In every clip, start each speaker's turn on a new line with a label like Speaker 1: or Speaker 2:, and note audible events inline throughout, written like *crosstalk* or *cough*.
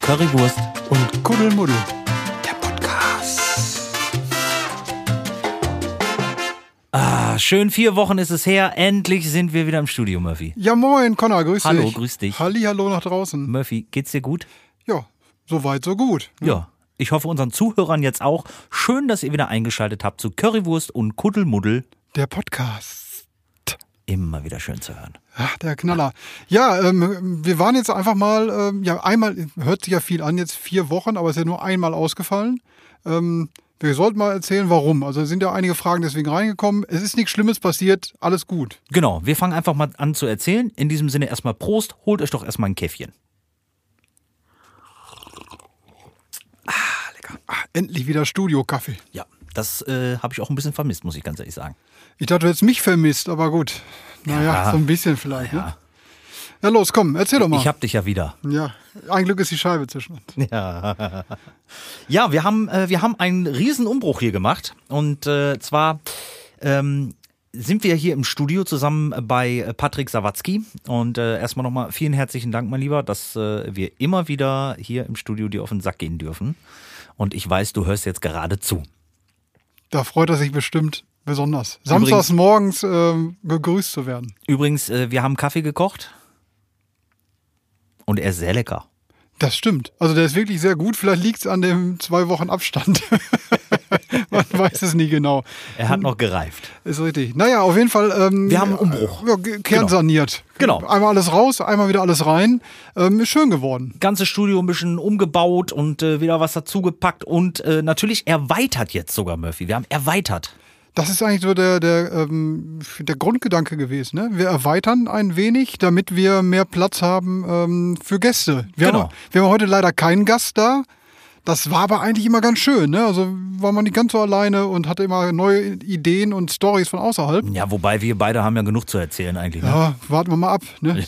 Speaker 1: Currywurst
Speaker 2: und Kuddelmuddel.
Speaker 1: der Podcast. Ah, schön vier Wochen ist es her. Endlich sind wir wieder im Studio, Murphy.
Speaker 2: Ja moin, Connor, grüß
Speaker 1: Hallo,
Speaker 2: dich.
Speaker 1: grüß dich.
Speaker 2: Halli, hallo nach draußen.
Speaker 1: Murphy, geht's dir gut?
Speaker 2: Ja, soweit, so gut.
Speaker 1: Ja. Ich hoffe unseren Zuhörern jetzt auch. Schön, dass ihr wieder eingeschaltet habt zu Currywurst und Kuddelmuddel.
Speaker 2: Der Podcast.
Speaker 1: Immer wieder schön zu hören.
Speaker 2: Ach, der Knaller. Ja, ähm, wir waren jetzt einfach mal, ähm, ja, einmal, hört sich ja viel an, jetzt vier Wochen, aber es ist ja nur einmal ausgefallen. Ähm, wir sollten mal erzählen, warum. Also es sind ja einige Fragen deswegen reingekommen. Es ist nichts Schlimmes passiert, alles gut.
Speaker 1: Genau, wir fangen einfach mal an zu erzählen. In diesem Sinne erstmal Prost, holt euch doch erstmal ein Käffchen.
Speaker 2: Ach, endlich wieder Studio-Kaffee.
Speaker 1: Ja, das äh, habe ich auch ein bisschen vermisst, muss ich ganz ehrlich sagen.
Speaker 2: Ich dachte, du hättest mich vermisst, aber gut. Naja,
Speaker 1: Ja.
Speaker 2: so ein bisschen vielleicht. Ne? Ja, los, komm, erzähl doch mal.
Speaker 1: Ich hab dich ja wieder.
Speaker 2: Ja, ein Glück ist die Scheibe zwischen uns.
Speaker 1: Ja, ja wir, haben, äh, wir haben einen riesen Umbruch hier gemacht. Und äh, zwar ähm, sind wir hier im Studio zusammen bei Patrick Sawatzki. Und äh, erstmal nochmal vielen herzlichen Dank, mein Lieber, dass äh, wir immer wieder hier im Studio dir auf den Sack gehen dürfen. Und ich weiß, du hörst jetzt gerade zu.
Speaker 2: Da freut er sich bestimmt besonders. Samstags morgens ähm, gegrüßt zu werden.
Speaker 1: Übrigens, äh, wir haben Kaffee gekocht. Und er ist sehr lecker.
Speaker 2: Das stimmt. Also der ist wirklich sehr gut. Vielleicht liegt es an dem zwei Wochen Abstand. *laughs* Man weiß es nie genau.
Speaker 1: Er hat noch gereift.
Speaker 2: Ist richtig. Naja, auf jeden Fall. Ähm,
Speaker 1: Wir haben einen Umbruch.
Speaker 2: Ja, Ge- Kern
Speaker 1: Genau.
Speaker 2: saniert.
Speaker 1: Genau.
Speaker 2: Einmal alles raus, einmal wieder alles rein. Ähm, ist schön geworden.
Speaker 1: ganze Studio ein bisschen umgebaut und äh, wieder was dazugepackt und äh, natürlich erweitert jetzt sogar Murphy. Wir haben erweitert.
Speaker 2: Das ist eigentlich so der, der, ähm, der Grundgedanke gewesen. Ne? Wir erweitern ein wenig, damit wir mehr Platz haben ähm, für Gäste. Wir,
Speaker 1: Genau.
Speaker 2: haben, wir haben heute leider keinen Gast da. Das war aber eigentlich immer ganz schön. Ne? Also war man nicht ganz so alleine und hatte immer neue Ideen und Stories von außerhalb.
Speaker 1: Ja, wobei wir beide haben ja genug zu erzählen eigentlich. Ne?
Speaker 2: Ja, warten wir mal ab. Ne?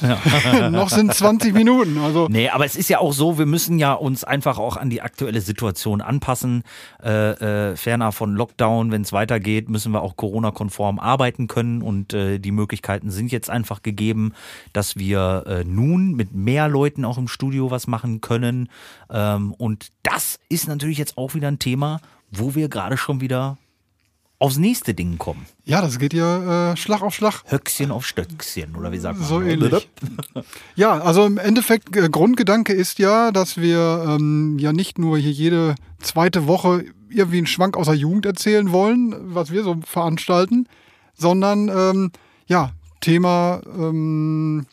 Speaker 2: *laughs* Noch sind 20 Minuten. Also
Speaker 1: Nee, aber es ist ja auch so, wir müssen ja uns einfach auch an die aktuelle Situation anpassen. Äh, äh, ferner von Lockdown, wenn es weitergeht, müssen wir auch Corona-konform arbeiten können und äh, die Möglichkeiten sind jetzt einfach gegeben, dass wir äh, nun mit mehr Leuten auch im Studio was machen können. Ähm, und das ist natürlich jetzt auch wieder ein Thema, wo wir gerade schon wieder aufs nächste Ding kommen.
Speaker 2: ja, das geht ja äh, Schlag auf Schlag.
Speaker 1: Höchstchen auf Stöckchen oder wie sagt man? *laughs*
Speaker 2: So ähnlich. Ja, also im Endeffekt, äh, Grundgedanke ist ja, dass wir ähm, ja nicht nur hier jede zweite Woche irgendwie einen Schwank aus der Jugend erzählen wollen, was wir so veranstalten, sondern ähm, ja, Thema ähm,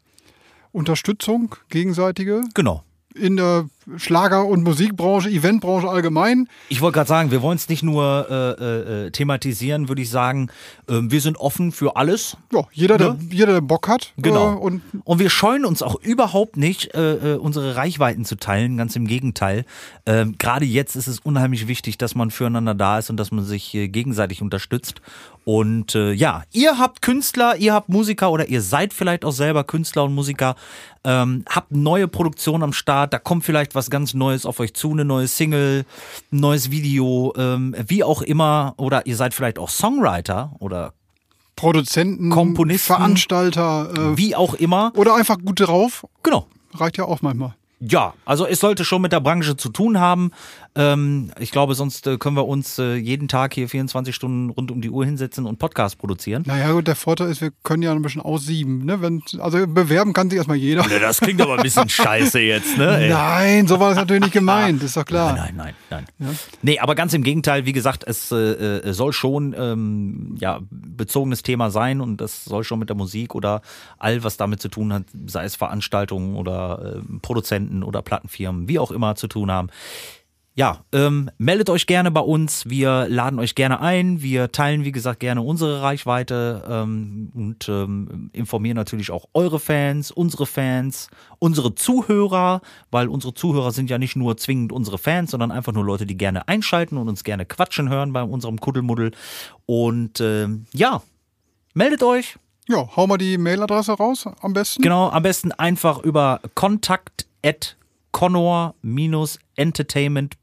Speaker 2: Unterstützung, gegenseitige
Speaker 1: Genau.
Speaker 2: in der Schlager- und Musikbranche, Eventbranche allgemein.
Speaker 1: Ich wollte gerade sagen, wir wollen es nicht nur äh, äh, äh, thematisieren, würde ich sagen. Ähm, wir sind offen für alles.
Speaker 2: Ja, jeder, der, jeder, der Bock hat.
Speaker 1: Ne? Genau.
Speaker 2: Äh, und
Speaker 1: Und wir scheuen uns auch überhaupt nicht, äh, äh, unsere Reichweiten zu teilen. Ganz im Gegenteil. Ähm, Gerade jetzt ist es unheimlich wichtig, dass man füreinander da ist und dass man sich äh, gegenseitig unterstützt. Und äh, ja, ihr habt Künstler, ihr habt Musiker oder ihr seid vielleicht auch selber Künstler und Musiker, ähm, habt neue Produktionen am Start, da kommt vielleicht was ganz Neues auf euch zu, eine neue Single, ein neues Video, ähm, wie auch immer. Oder ihr seid vielleicht auch Songwriter oder
Speaker 2: Produzenten,
Speaker 1: Komponisten.
Speaker 2: Veranstalter äh,
Speaker 1: wie auch immer.
Speaker 2: oder einfach gut drauf,
Speaker 1: Genau.
Speaker 2: reicht ja auch manchmal.
Speaker 1: Ja, also es sollte schon mit der Branche zu tun haben. Ähm, ich glaube, sonst äh, können wir uns äh, jeden Tag hier 24 Stunden rund um die Uhr hinsetzen und Podcast produzieren.
Speaker 2: Naja, gut, der Vorteil ist, wir können ja ein bisschen aussieben. Ne? Wenn, also bewerben kann sich erstmal jeder.
Speaker 1: Das klingt aber ein *laughs* bisschen scheiße jetzt, ne?
Speaker 2: Nein, so war das
Speaker 1: *laughs*
Speaker 2: natürlich nicht gemeint, ist doch klar.
Speaker 1: Nein, nein, nein. nein. Nee, aber ganz im Gegenteil, wie gesagt, es äh, äh, soll schon ähm, ja, bezogenes Thema sein und das soll schon mit der Musik oder all, was damit zu tun hat, sei es Veranstaltungen oder ähm, Produzenten oder Plattenfirmen, wie auch immer zu tun haben. Ja, ähm, meldet euch gerne bei uns. Wir laden euch gerne ein. Wir teilen, wie gesagt, gerne unsere Reichweite ähm, und ähm, informieren natürlich auch eure Fans, unsere Fans, unsere Zuhörer, weil unsere Zuhörer sind ja nicht nur zwingend unsere Fans, sondern einfach nur Leute, die gerne einschalten und uns gerne quatschen hören bei unserem Kuddelmuddel. Und ähm, ja, meldet euch.
Speaker 2: Ja, hau mal die Mailadresse raus am besten.
Speaker 1: Genau, am besten einfach über kontakt entertainmentde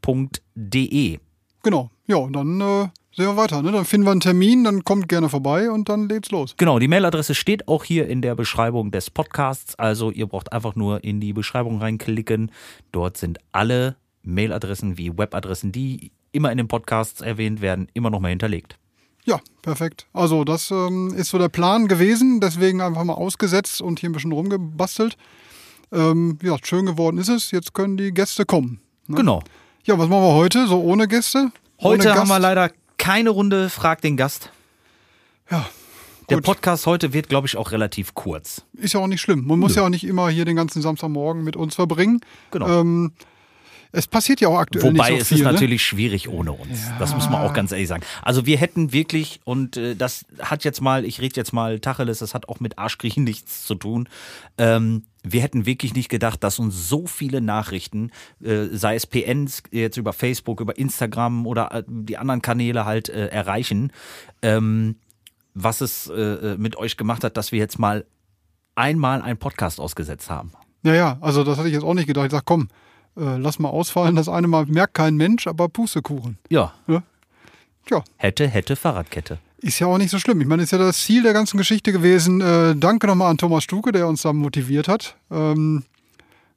Speaker 2: Genau. Ja, und dann äh, sehen wir weiter. Ne? Dann finden wir einen Termin, dann kommt gerne vorbei und dann geht's los.
Speaker 1: Genau, die Mailadresse steht auch hier in der Beschreibung des Podcasts. Also ihr braucht einfach nur in die Beschreibung reinklicken. Dort sind alle Mailadressen wie Webadressen, die immer in den Podcasts erwähnt werden, immer nochmal hinterlegt.
Speaker 2: Ja, perfekt. Also das ähm, ist so der Plan gewesen, deswegen einfach mal ausgesetzt und hier ein bisschen rumgebastelt. Ähm, ja, schön geworden ist es. Jetzt können die Gäste kommen. ne?
Speaker 1: Genau.
Speaker 2: Ja, was machen wir heute? So ohne Gäste? ohne
Speaker 1: Heute
Speaker 2: Gast?
Speaker 1: haben wir leider keine Runde Frag den Gast.
Speaker 2: Ja,
Speaker 1: Der
Speaker 2: Gut.
Speaker 1: Podcast heute wird, glaube ich, auch relativ kurz.
Speaker 2: ist ja auch nicht schlimm. Man muss ja auch nicht immer hier den ganzen Samstagmorgen mit uns verbringen.
Speaker 1: Genau.
Speaker 2: Ähm, es passiert ja auch aktuell
Speaker 1: Wobei
Speaker 2: nicht so
Speaker 1: es
Speaker 2: viel.
Speaker 1: ist
Speaker 2: ne?
Speaker 1: natürlich schwierig ohne uns. Das muss man auch ganz ehrlich sagen. Also wir hätten wirklich, und äh, das hat jetzt mal, ich rede jetzt mal Tacheles, das hat auch mit Arschkriechen *laughs* nichts zu tun. Ähm, wir hätten wirklich nicht gedacht, dass uns so viele Nachrichten, äh, sei es PNs jetzt über Facebook, über Instagram oder äh, die anderen Kanäle halt äh, erreichen, ähm, was es äh, äh, mit euch gemacht hat, dass wir jetzt mal einmal einen Podcast ausgesetzt haben.
Speaker 2: Ja, ja, also das hatte ich jetzt auch nicht gedacht. Ich sag, komm, äh, lass mal ausfallen. Das eine Mal merkt kein Mensch, aber Pustekuchen.
Speaker 1: Ja,
Speaker 2: Tja,
Speaker 1: hätte, hätte Fahrradkette.
Speaker 2: ist ja auch nicht so schlimm. Ich meine, ist ja das Ziel der ganzen Geschichte gewesen. Äh, danke nochmal an Thomas Stuke, der uns da motiviert hat. Ähm,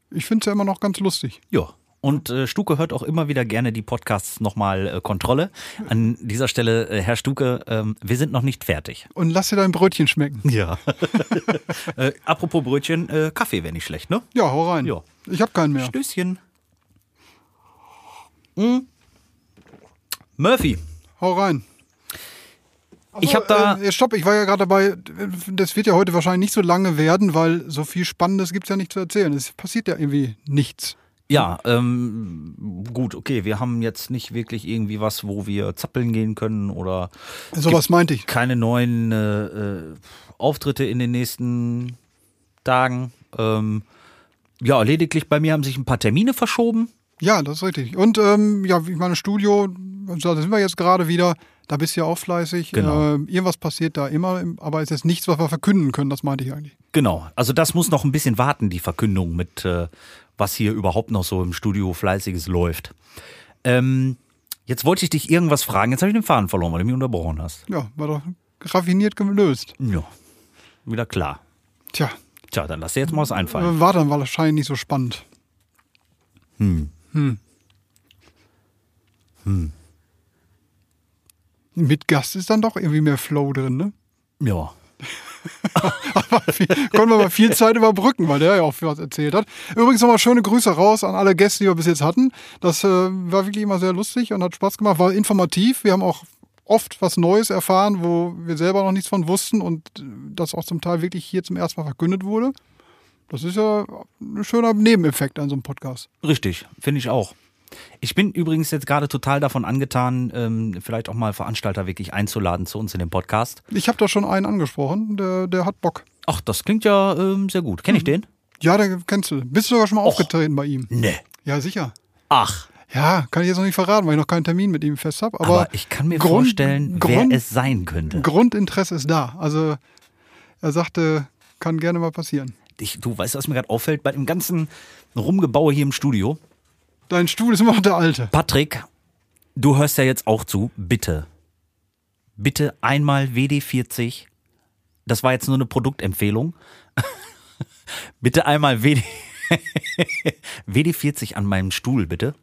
Speaker 2: ich finde es ja immer noch ganz lustig.
Speaker 1: Ja. Und äh, Stuke hört auch immer wieder gerne die Podcasts nochmal äh, Kontrolle. An dieser Stelle, äh, Herr Stuke, ähm, wir sind noch nicht fertig.
Speaker 2: Und lass dir dein Brötchen schmecken.
Speaker 1: Ja. *laughs* äh, apropos Brötchen, äh, Kaffee wäre nicht schlecht, ne?
Speaker 2: Ja, hau rein.
Speaker 1: Ja.
Speaker 2: Ich habe keinen mehr.
Speaker 1: Stößchen. Mm. Murphy.
Speaker 2: Hau rein. Ach
Speaker 1: Ich
Speaker 2: so,
Speaker 1: hab da-
Speaker 2: Äh, stopp, ich war ja gerade dabei. Das wird ja heute wahrscheinlich nicht so lange werden, weil so viel Spannendes gibt es ja nicht zu erzählen. Es passiert ja irgendwie nichts.
Speaker 1: Ja, ähm, gut, okay, wir haben jetzt nicht wirklich irgendwie was, wo wir zappeln gehen können oder
Speaker 2: Sowas meinte ich.
Speaker 1: keine neuen äh, äh, Auftritte in den nächsten Tagen. Ähm, ja, lediglich bei mir haben sich ein paar Termine verschoben.
Speaker 2: Ja, das ist richtig. Und ähm, ja, ich meine, Studio, da sind wir jetzt gerade wieder. Da bist du ja auch fleißig.
Speaker 1: Genau.
Speaker 2: Ähm, irgendwas passiert da immer, aber es ist nichts, was wir verkünden können. Das meinte ich eigentlich.
Speaker 1: Genau, also das muss noch ein bisschen warten, die Verkündung mit, äh, was hier überhaupt noch so im Studio fleißiges läuft. Ähm, jetzt wollte ich dich irgendwas fragen, jetzt habe ich den Faden verloren, weil du mich unterbrochen hast.
Speaker 2: Ja, war doch raffiniert gelöst.
Speaker 1: Ja, wieder klar.
Speaker 2: Tja,
Speaker 1: Tja, dann lass dir jetzt mal was
Speaker 2: äh,
Speaker 1: einfallen.
Speaker 2: war dann wahrscheinlich nicht so spannend. Hm. Hm. Mit Gast ist dann doch irgendwie mehr Flow drin, ne?
Speaker 1: Ja.
Speaker 2: viel, konnten wir mal viel Zeit überbrücken, weil der ja auch viel was erzählt hat. Übrigens nochmal schöne Grüße raus an alle Gäste, die wir bis jetzt hatten. Das äh, war wirklich immer sehr lustig und hat Spaß gemacht, war informativ. Wir haben auch oft was Neues erfahren, wo wir selber noch nichts von wussten und äh, das auch zum Teil wirklich hier zum ersten Mal verkündet wurde. Das ist ja ein schöner Nebeneffekt an so einem Podcast.
Speaker 1: Richtig, finde ich auch. Ich bin übrigens jetzt gerade total davon angetan, ähm, vielleicht auch mal Veranstalter wirklich einzuladen zu uns in den Podcast.
Speaker 2: Ich habe da schon einen angesprochen, der, der hat Bock.
Speaker 1: Ach, das klingt ja ähm, sehr gut. Kenne ich
Speaker 2: Mhm.
Speaker 1: den?
Speaker 2: Ja, der kennst du. Bist du sogar schon mal aufgetreten bei ihm?
Speaker 1: Nee.
Speaker 2: Ja, sicher.
Speaker 1: Ach,
Speaker 2: Ja, kann ich jetzt noch nicht verraten, weil ich noch keinen Termin mit ihm fest habe.
Speaker 1: aber,
Speaker 2: Aber,
Speaker 1: ich kann mir
Speaker 2: Grund-
Speaker 1: vorstellen,
Speaker 2: Grund,
Speaker 1: wer es sein könnte.
Speaker 2: Grundinteresse ist da. Also er sagte, kann gerne mal passieren.
Speaker 1: Ich, du weißt, was mir gerade auffällt, bei dem ganzen Rumgebaue hier im Studio.
Speaker 2: Dein Stuhl ist immer noch der alte.
Speaker 1: Patrick, du hörst ja jetzt auch zu. Bitte. Bitte einmal WD40. Das war jetzt nur eine Produktempfehlung. *laughs* bitte einmal *laughs* WD WD40 an meinem Stuhl, bitte.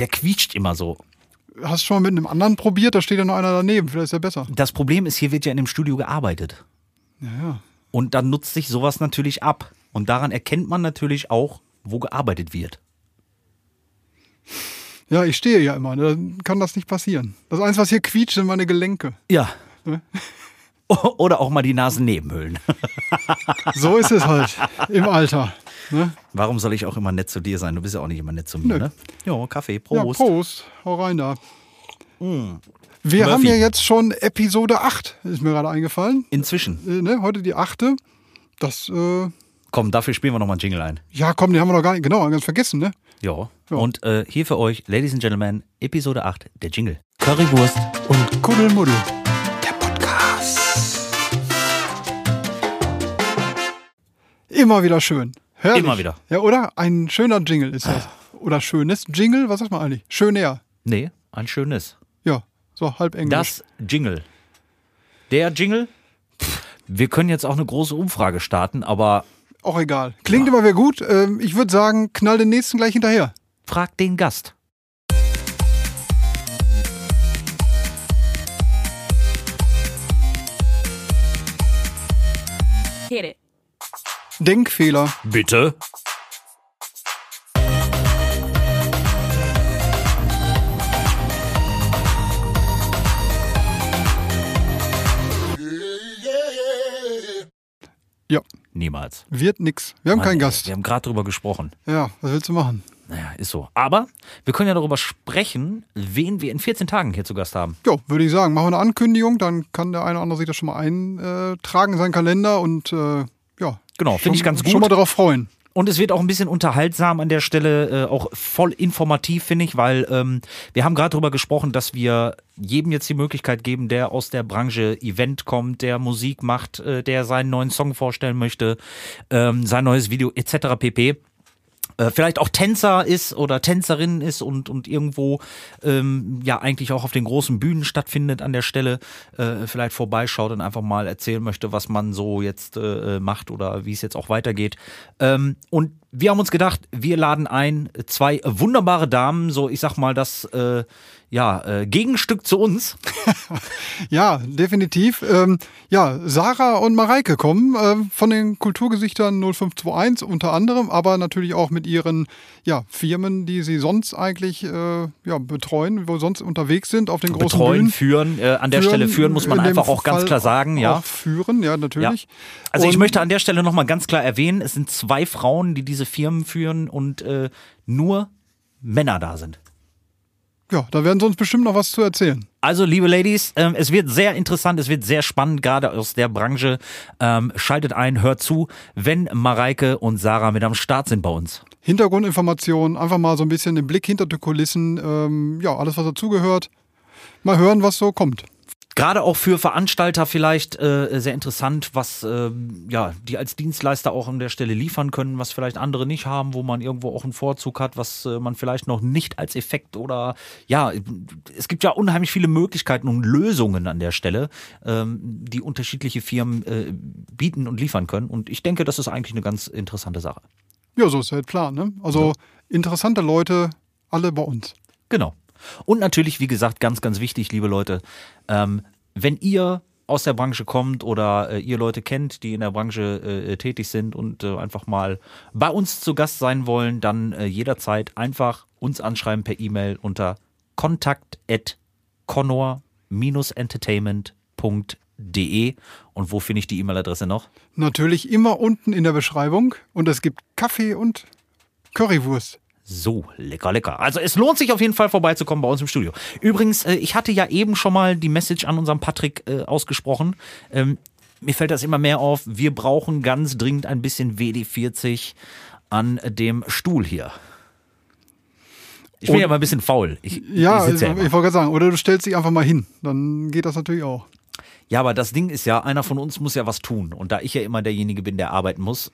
Speaker 1: Der quietscht immer so.
Speaker 2: Hast du schon mal mit einem anderen probiert? Da steht ja noch einer daneben. Vielleicht ist er besser.
Speaker 1: Das Problem ist, hier wird ja in dem Studio gearbeitet.
Speaker 2: Ja, ja.
Speaker 1: Und dann nutzt sich sowas natürlich ab. Und daran erkennt man natürlich auch, wo gearbeitet wird.
Speaker 2: ja ich stehe ja immer. Da kann das nicht passieren. Das Einzige, was hier quietscht, sind meine Gelenke.
Speaker 1: *laughs* Ja. Oder auch mal die Nasennebenhöhlen.
Speaker 2: So ist
Speaker 1: *laughs*
Speaker 2: es halt im Alter. Ne?
Speaker 1: Warum soll ich auch immer nett zu dir sein? Du bist ja auch nicht immer nett zu mir,
Speaker 2: Nö.
Speaker 1: ne? Ja, Kaffee,
Speaker 2: Ja,
Speaker 1: Prost. Hm.
Speaker 2: Prost. Hau rein da. Wir
Speaker 1: Murphy.
Speaker 2: haben ja jetzt schon Episode 8, ist mir gerade eingefallen.
Speaker 1: Inzwischen.
Speaker 2: Äh, ne? Heute die achte. Das, äh,
Speaker 1: Komm, dafür spielen wir nochmal einen Jingle ein.
Speaker 2: ja komm, den haben wir noch gar nicht, genau, ganz vergessen, ne?
Speaker 1: Ja. Und äh, hier für euch, Ladies and Gentlemen, Episode 8, der Jingle. Currywurst.
Speaker 2: Und Kuddelmuddel.
Speaker 1: Der Podcast.
Speaker 2: Immer wieder schön. Herrlich.
Speaker 1: Immer wieder. Ah.
Speaker 2: Ja, oder? Ein schöner Jingle ist das. Oder schönes Jingle, was sagt man eigentlich? Schöner.
Speaker 1: Nee, ein schönes.
Speaker 2: Ja, So halb Englisch.
Speaker 1: Das Jingle. Der Jingle. Wir können jetzt auch eine große Umfrage starten, aber
Speaker 2: Auch egal. Klingt immer wieder gut. Ähm, ich würde sagen, knall den nächsten gleich hinterher.
Speaker 1: frag den Gast.
Speaker 3: Hit it.
Speaker 2: Denkfehler.
Speaker 1: Bitte?
Speaker 2: Ja,
Speaker 1: Niemals.
Speaker 2: wird nix. Wir haben
Speaker 1: Mann,
Speaker 2: keinen
Speaker 1: ey,
Speaker 2: Gast.
Speaker 1: Wir haben gerade drüber gesprochen.
Speaker 2: Ja, was willst du machen?
Speaker 1: Naja, ist so. Aber wir können ja darüber sprechen, wen wir in 14 Tagen hier zu Gast haben.
Speaker 2: Ja, würde ich sagen, machen wir eine Ankündigung, dann kann der eine oder andere sich das schon mal eintragen in seinen Kalender und äh, ja.
Speaker 1: Genau,
Speaker 2: schon-
Speaker 1: finde ich ganz
Speaker 2: Schon mal
Speaker 1: gut.
Speaker 2: darauf freuen.
Speaker 1: Und es wird auch ein bisschen unterhaltsam an der Stelle, äh, auch voll informativ, finde ich, weil ähm, wir haben gerade darüber gesprochen, dass wir jedem jetzt die Möglichkeit geben, der aus der Branche Event kommt, der Musik macht, äh, der seinen neuen Song vorstellen möchte, ähm, sein neues Video etc. pp. äh, vielleicht auch Tänzer ist oder Tänzerin ist und, und irgendwo ähm, ja eigentlich auch auf den großen Bühnen stattfindet an der Stelle, äh, vielleicht vorbeischaut und einfach mal erzählen möchte, was man so jetzt äh, macht oder wie es jetzt auch weitergeht. Ähm, und wir haben uns gedacht, wir laden ein zwei wunderbare Damen, so ich sag mal das äh, ja, äh, Gegenstück zu uns.
Speaker 2: Ja, definitiv. Ähm, ja, Sarah und Mareike kommen ähm, von den Kulturgesichtern 0521 unter anderem, aber natürlich auch mit ihren ja, Firmen, die sie sonst eigentlich äh, ja, betreuen, wo sonst unterwegs sind auf den großen
Speaker 1: Also Betreuen,
Speaker 2: Bühnen.
Speaker 1: führen, äh, an der Stelle führen muss man
Speaker 2: in dem
Speaker 1: einfach auch ganz
Speaker 2: Fall
Speaker 1: klar sagen, ja.
Speaker 2: Auch führen, ja, natürlich.
Speaker 1: Also ich
Speaker 2: Und-
Speaker 1: möchte an der Stelle nochmal ganz klar erwähnen, es sind zwei Frauen, die diese Firmen führen und äh, nur Männer da sind.
Speaker 2: Ja, da werden sie uns bestimmt noch was zu erzählen.
Speaker 1: Also, liebe Ladies, ähm, es wird sehr interessant, es wird sehr spannend, gerade aus der Branche. Ähm, schaltet ein, hört zu, wenn Mareike und Sarah mit am Start sind bei uns.
Speaker 2: Hintergrundinformationen, einfach mal so ein bisschen den Blick hinter die Kulissen, ähm, ja, alles, was dazugehört. Mal hören, was so kommt.
Speaker 1: Gerade auch für Veranstalter vielleicht äh, sehr interessant, was ähm, ja, die als Dienstleister auch an der Stelle liefern können, was vielleicht andere nicht haben, wo man irgendwo auch einen Vorzug hat, was äh, man vielleicht noch nicht als Effekt oder ja, es gibt ja unheimlich viele Möglichkeiten und Lösungen an der Stelle, ähm, die unterschiedliche Firmen äh, bieten und liefern können. Und ich denke, das ist eigentlich eine ganz interessante Sache.
Speaker 2: Ja, so ist halt klar, ne? Also interessante Leute, alle bei uns.
Speaker 1: Genau. Und natürlich, wie gesagt, ganz, ganz wichtig, liebe Leute, ähm, wenn ihr aus der Branche kommt oder äh, ihr Leute kennt, die in der Branche äh, äh, tätig sind und äh, einfach mal bei uns zu Gast sein wollen, dann äh, jederzeit einfach uns anschreiben per E-Mail unter kontakt@connor-entertainment.de und wo finde ich die E-Mail-Adresse noch?
Speaker 2: Natürlich immer unten in der Beschreibung und es gibt Kaffee und Currywurst.
Speaker 1: So, lecker, lecker. Also es lohnt sich auf jeden Fall vorbeizukommen bei uns im Studio. Übrigens, äh, ich hatte ja eben schon mal die Message an unseren Patrick äh, ausgesprochen. Ähm, mir fällt das immer mehr auf. Wir brauchen ganz dringend ein bisschen WD40 an dem Stuhl hier. Ich bin
Speaker 2: Und-
Speaker 1: ja mal ein bisschen faul. Ich,
Speaker 2: Ja,
Speaker 1: ich sitze ja,
Speaker 2: also, ich
Speaker 1: immer.
Speaker 2: wollte gerade sagen, oder du stellst dich einfach mal hin, dann geht das natürlich auch.
Speaker 1: ja, aber das Ding ist ja, einer von uns muss ja was tun. Und da ich ja immer derjenige bin, der arbeiten muss,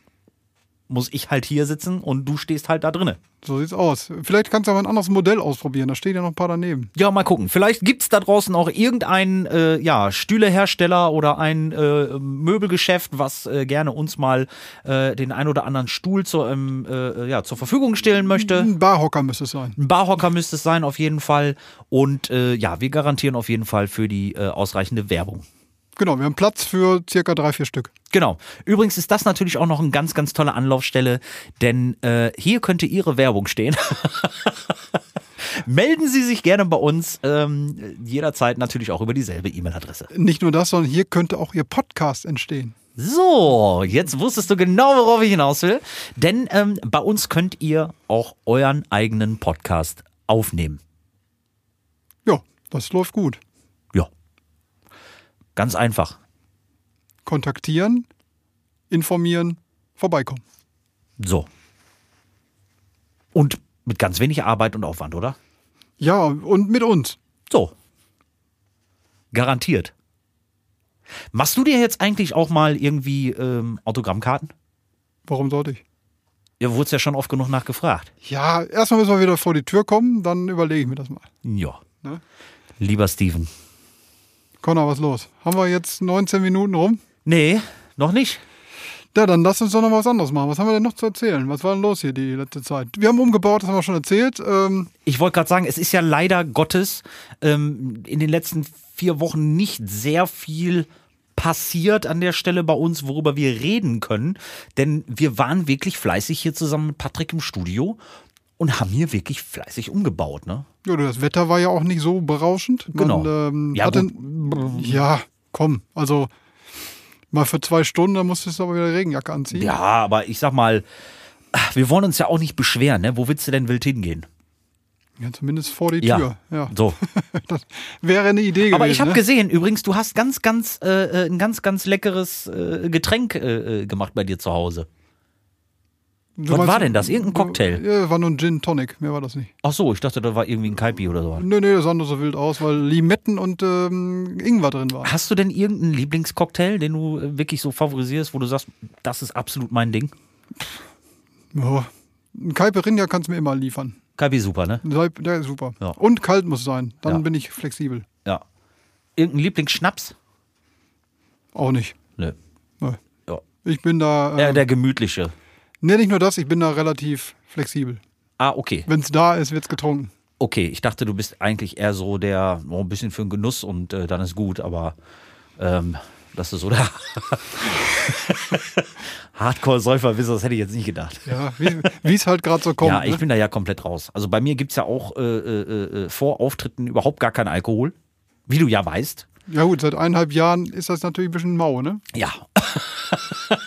Speaker 1: muss ich halt hier sitzen und du stehst halt da drinnen.
Speaker 2: So sieht's aus. Vielleicht kannst du aber ein anderes Modell ausprobieren, da stehen ja noch ein paar daneben.
Speaker 1: Ja, mal gucken. Vielleicht gibt's da draußen auch irgendeinen äh, ja, Stühlehersteller oder ein äh, Möbelgeschäft, was äh, gerne uns mal äh, den ein oder anderen Stuhl zur, ähm, äh, ja, zur Verfügung stellen möchte.
Speaker 2: Ein Barhocker müsste es sein.
Speaker 1: Ein Barhocker müsste es sein, auf jeden Fall. Und äh, ja, wir garantieren auf jeden Fall für die äh, ausreichende Werbung.
Speaker 2: Genau, wir haben Platz für circa drei, vier Stück.
Speaker 1: Genau. Übrigens ist das natürlich auch noch eine ganz, ganz tolle Anlaufstelle, denn äh, hier könnte Ihre Werbung stehen. *laughs* Melden Sie sich gerne bei uns, ähm, jederzeit natürlich auch über dieselbe E-Mail-Adresse.
Speaker 2: Nicht nur das, sondern hier könnte auch ihr Podcast entstehen.
Speaker 1: So, jetzt wusstest du genau, worauf ich hinaus will. Denn ähm, bei uns könnt ihr auch euren eigenen Podcast aufnehmen.
Speaker 2: Ja, das läuft gut.
Speaker 1: Ja. Ganz einfach.
Speaker 2: Kontaktieren, informieren, vorbeikommen.
Speaker 1: So. Und mit ganz wenig Arbeit und Aufwand, oder?
Speaker 2: Ja, und mit uns.
Speaker 1: So. Garantiert. Machst du dir jetzt eigentlich auch mal irgendwie ähm, Autogrammkarten?
Speaker 2: Warum sollte ich?
Speaker 1: Ja, wurdest ja schon oft genug nachgefragt.
Speaker 2: Ja, erstmal müssen wir wieder vor die Tür kommen, dann überlege ich mir das mal.
Speaker 1: Ja.
Speaker 2: Ne?
Speaker 1: Lieber Steven.
Speaker 2: Connor, was los? Haben wir jetzt 19 Minuten rum?
Speaker 1: Nee, noch nicht.
Speaker 2: Ja, dann lass uns doch noch was anderes machen. Was haben wir denn noch zu erzählen? Was war denn los hier die letzte Zeit? Wir haben umgebaut, das haben wir schon erzählt. Ähm,
Speaker 1: Ich wollte gerade sagen, es ist ja leider Gottes ähm, in den letzten vier Wochen nicht sehr viel passiert an der Stelle bei uns, worüber wir reden können. Denn wir waren wirklich fleißig hier zusammen mit Patrick im Studio und haben hier wirklich fleißig umgebaut, ne?
Speaker 2: ja, du, das Wetter war ja auch nicht so berauschend.
Speaker 1: Genau.
Speaker 2: Man, ähm,
Speaker 1: Ja,
Speaker 2: ja, hatte, ja, komm. Also mal für zwei Stunden, dann musstest du aber wieder Regenjacke anziehen.
Speaker 1: Ja, aber ich sag mal, wir wollen uns ja auch nicht beschweren, ne? Wo willst du denn wild hingehen?
Speaker 2: Ja, zumindest vor die
Speaker 1: Ja.
Speaker 2: Tür. Ja.
Speaker 1: So.
Speaker 2: *laughs* Das wäre eine Idee
Speaker 1: Aber ich
Speaker 2: gewesen.
Speaker 1: habe
Speaker 2: ne?
Speaker 1: gesehen, übrigens, du hast ganz, ganz, äh, äh, ein ganz, ganz leckeres äh, Getränk äh, äh, gemacht bei dir zu Hause.
Speaker 2: Du
Speaker 1: Was
Speaker 2: meinst-
Speaker 1: war denn das? Irgendein Cocktail?
Speaker 2: Ja, war nur ein Gin Tonic, mehr war das nicht.
Speaker 1: Ach so, ich dachte, da war irgendwie ein Kaipi oder so.
Speaker 2: Nö, nö, das sah nur so wild aus, weil Limetten und ähm, Ingwer drin waren.
Speaker 1: Hast du denn irgendeinen Lieblingscocktail, den du äh, wirklich so favorisierst, wo du sagst, das ist absolut mein Ding?
Speaker 2: Ja. Ein Caipirinha kannst du mir immer liefern.
Speaker 1: Kaipi super, ne?
Speaker 2: Leib- Der ist super.
Speaker 1: Ja.
Speaker 2: Und kalt muss sein, dann
Speaker 1: Ja.
Speaker 2: bin ich flexibel.
Speaker 1: Ja. Irgendein Lieblingsschnaps?
Speaker 2: Auch nicht.
Speaker 1: Nö.
Speaker 2: Nö.
Speaker 1: Ja.
Speaker 2: Ich bin da,
Speaker 1: Äh,
Speaker 2: äh,
Speaker 1: der gemütliche.
Speaker 2: ne, nicht nur das, ich bin da relativ flexibel.
Speaker 1: Ah, okay.
Speaker 2: Wenn es da ist, wird's getrunken.
Speaker 1: Okay, ich dachte, du bist eigentlich eher so der, oh, ein bisschen für den Genuss und äh, dann ist gut, aber ähm, das ist so der *laughs* Hardcore-Säufer, das hätte ich jetzt nicht gedacht.
Speaker 2: Ja, wie es halt gerade so kommt.
Speaker 1: ja, ich
Speaker 2: ne?
Speaker 1: bin da ja komplett raus. Also bei mir gibt es ja auch äh, äh, äh, vor Auftritten überhaupt gar keinen Alkohol, wie du ja weißt.
Speaker 2: ja gut, seit eineinhalb Jahren ist das natürlich ein bisschen mau, ne?
Speaker 1: Ja. *laughs*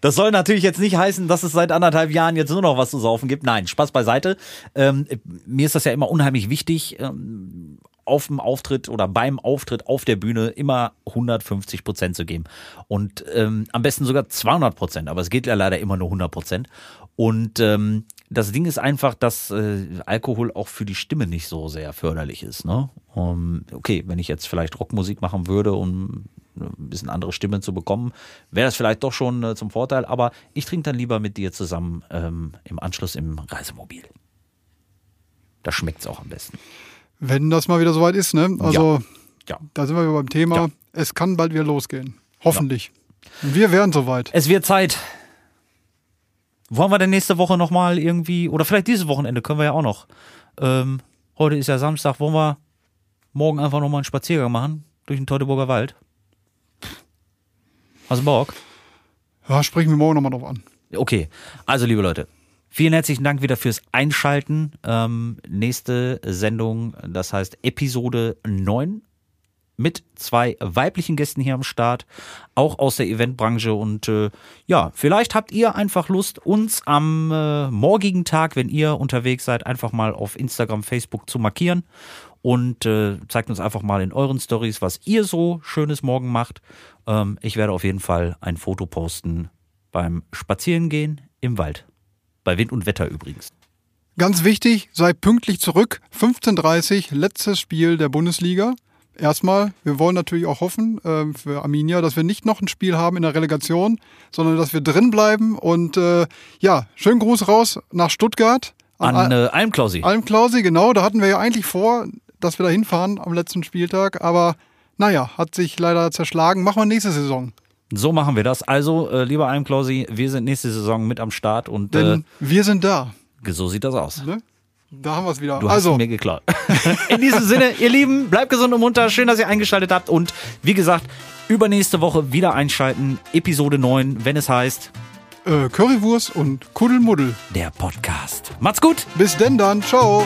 Speaker 1: Das soll natürlich jetzt nicht heißen, dass es seit anderthalb Jahren jetzt nur noch was zu saufen gibt. Nein, Spaß beiseite. Ähm, mir ist das ja immer unheimlich wichtig, ähm, auf dem Auftritt oder beim Auftritt auf der Bühne immer 150 Prozent zu geben. Und ähm, am besten sogar 200 Prozent, aber es geht ja leider immer nur 100 Prozent. Und ähm, das Ding ist einfach, dass äh, Alkohol auch für die Stimme nicht so sehr förderlich ist. Ne? Ähm, okay, wenn ich jetzt vielleicht Rockmusik machen würde, um ein bisschen andere Stimme zu bekommen, wäre das vielleicht doch schon äh, zum Vorteil. Aber ich trinke dann lieber mit dir zusammen ähm, im Anschluss im Reisemobil. Da schmeckt es auch am besten.
Speaker 2: Wenn das mal wieder soweit ist, ne? Also,
Speaker 1: Ja.
Speaker 2: da sind wir wieder beim Thema.
Speaker 1: Ja.
Speaker 2: Es kann bald wieder losgehen. Hoffentlich. Und wir wären soweit.
Speaker 1: Es wird Zeit. Wollen wir denn nächste Woche nochmal irgendwie, oder vielleicht dieses Wochenende können wir ja auch noch. Ähm, heute ist ja Samstag, wollen wir morgen einfach nochmal einen Spaziergang machen durch den Teutoburger Wald? Hast du Bock?
Speaker 2: Ja, sprechen wir morgen nochmal drauf an.
Speaker 1: Okay, also liebe Leute, vielen herzlichen Dank wieder fürs Einschalten. Ähm, nächste Sendung, das heißt Episode 9 mit zwei weiblichen Gästen hier am Start, auch aus der Eventbranche. Und äh, ja, vielleicht habt ihr einfach Lust, uns am äh, morgigen Tag, wenn ihr unterwegs seid, einfach mal auf Instagram, Facebook zu markieren. Und äh, zeigt uns einfach mal in euren Stories, was ihr so schönes morgen macht. Ähm, ich werde auf jeden Fall ein Foto posten beim Spazierengehen im Wald. Bei Wind und Wetter übrigens.
Speaker 2: Ganz wichtig, sei pünktlich zurück. 15.30 Uhr, letztes Spiel der Bundesliga. Erstmal, wir wollen natürlich auch hoffen ähm, für Arminia, dass wir nicht noch ein Spiel haben in der Relegation, sondern dass wir drin bleiben. Und äh, ja, schönen Gruß raus nach Stuttgart.
Speaker 1: An äh, Almklausi.
Speaker 2: Alm Klausi, genau, da hatten wir ja eigentlich vor, dass wir da hinfahren am letzten Spieltag, aber naja, hat sich leider zerschlagen. Machen wir nächste Saison.
Speaker 1: So machen wir das. Also, äh, lieber Almklausi, wir sind nächste Saison mit am Start und äh,
Speaker 2: Denn wir sind da.
Speaker 1: so sieht das aus.
Speaker 2: Ne? Da haben wir es wieder.
Speaker 1: Du hast
Speaker 2: also,
Speaker 1: ihn mir geklaut. In diesem Sinne, ihr Lieben, bleibt gesund und munter. Schön, dass ihr eingeschaltet habt. Und wie gesagt, übernächste Woche wieder einschalten. Episode 9, wenn es heißt,
Speaker 2: äh, Currywurst und Kuddelmuddel.
Speaker 1: der Podcast. Macht's gut!
Speaker 2: Bis denn dann, ciao.